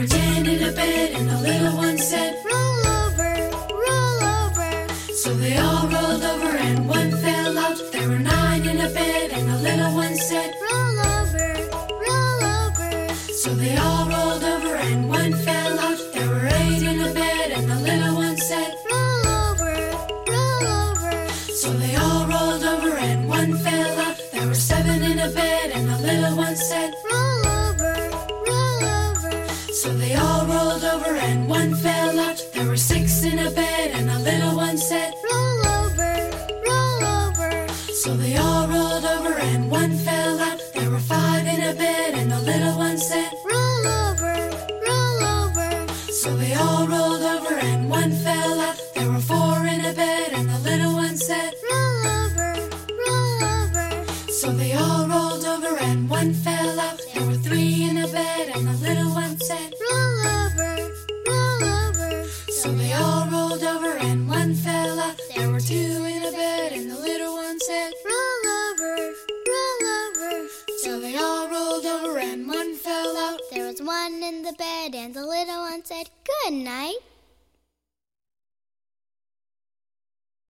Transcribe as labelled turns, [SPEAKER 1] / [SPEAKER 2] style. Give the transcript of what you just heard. [SPEAKER 1] a bed, and the little one said,
[SPEAKER 2] Roll over, roll over.
[SPEAKER 1] So they all rolled over and one fell out. There were nine in a bed, and the little one said,
[SPEAKER 2] Roll over, roll over.
[SPEAKER 1] So they all rolled over and one fell out. There were eight in a bed, and the little one said,
[SPEAKER 2] Roll over, roll over.
[SPEAKER 1] So they all rolled over and one fell out. There were seven in a bed, and the little one said,
[SPEAKER 2] Roll over, roll over.
[SPEAKER 1] So they all rolled over and one fell out. There were six in a bed, and the little one said,
[SPEAKER 2] Roll over, roll over.
[SPEAKER 1] So they all rolled over and one fell out. There were five in a bed, and the little one said,
[SPEAKER 2] Roll over, roll over.
[SPEAKER 1] So they all rolled over and one fell out. There were four in a bed, and the little one said,
[SPEAKER 2] Roll over, roll over.
[SPEAKER 1] So they all rolled over and one fell out. There were three in a bed, and the little one said,
[SPEAKER 2] Roll over, roll over.
[SPEAKER 1] So they all rolled over and one fell out. There were two in a bed, and the little one said,
[SPEAKER 2] Roll over, roll over.
[SPEAKER 1] So they all rolled over and one fell out.
[SPEAKER 2] There was one in the bed, and the little one said, Good night.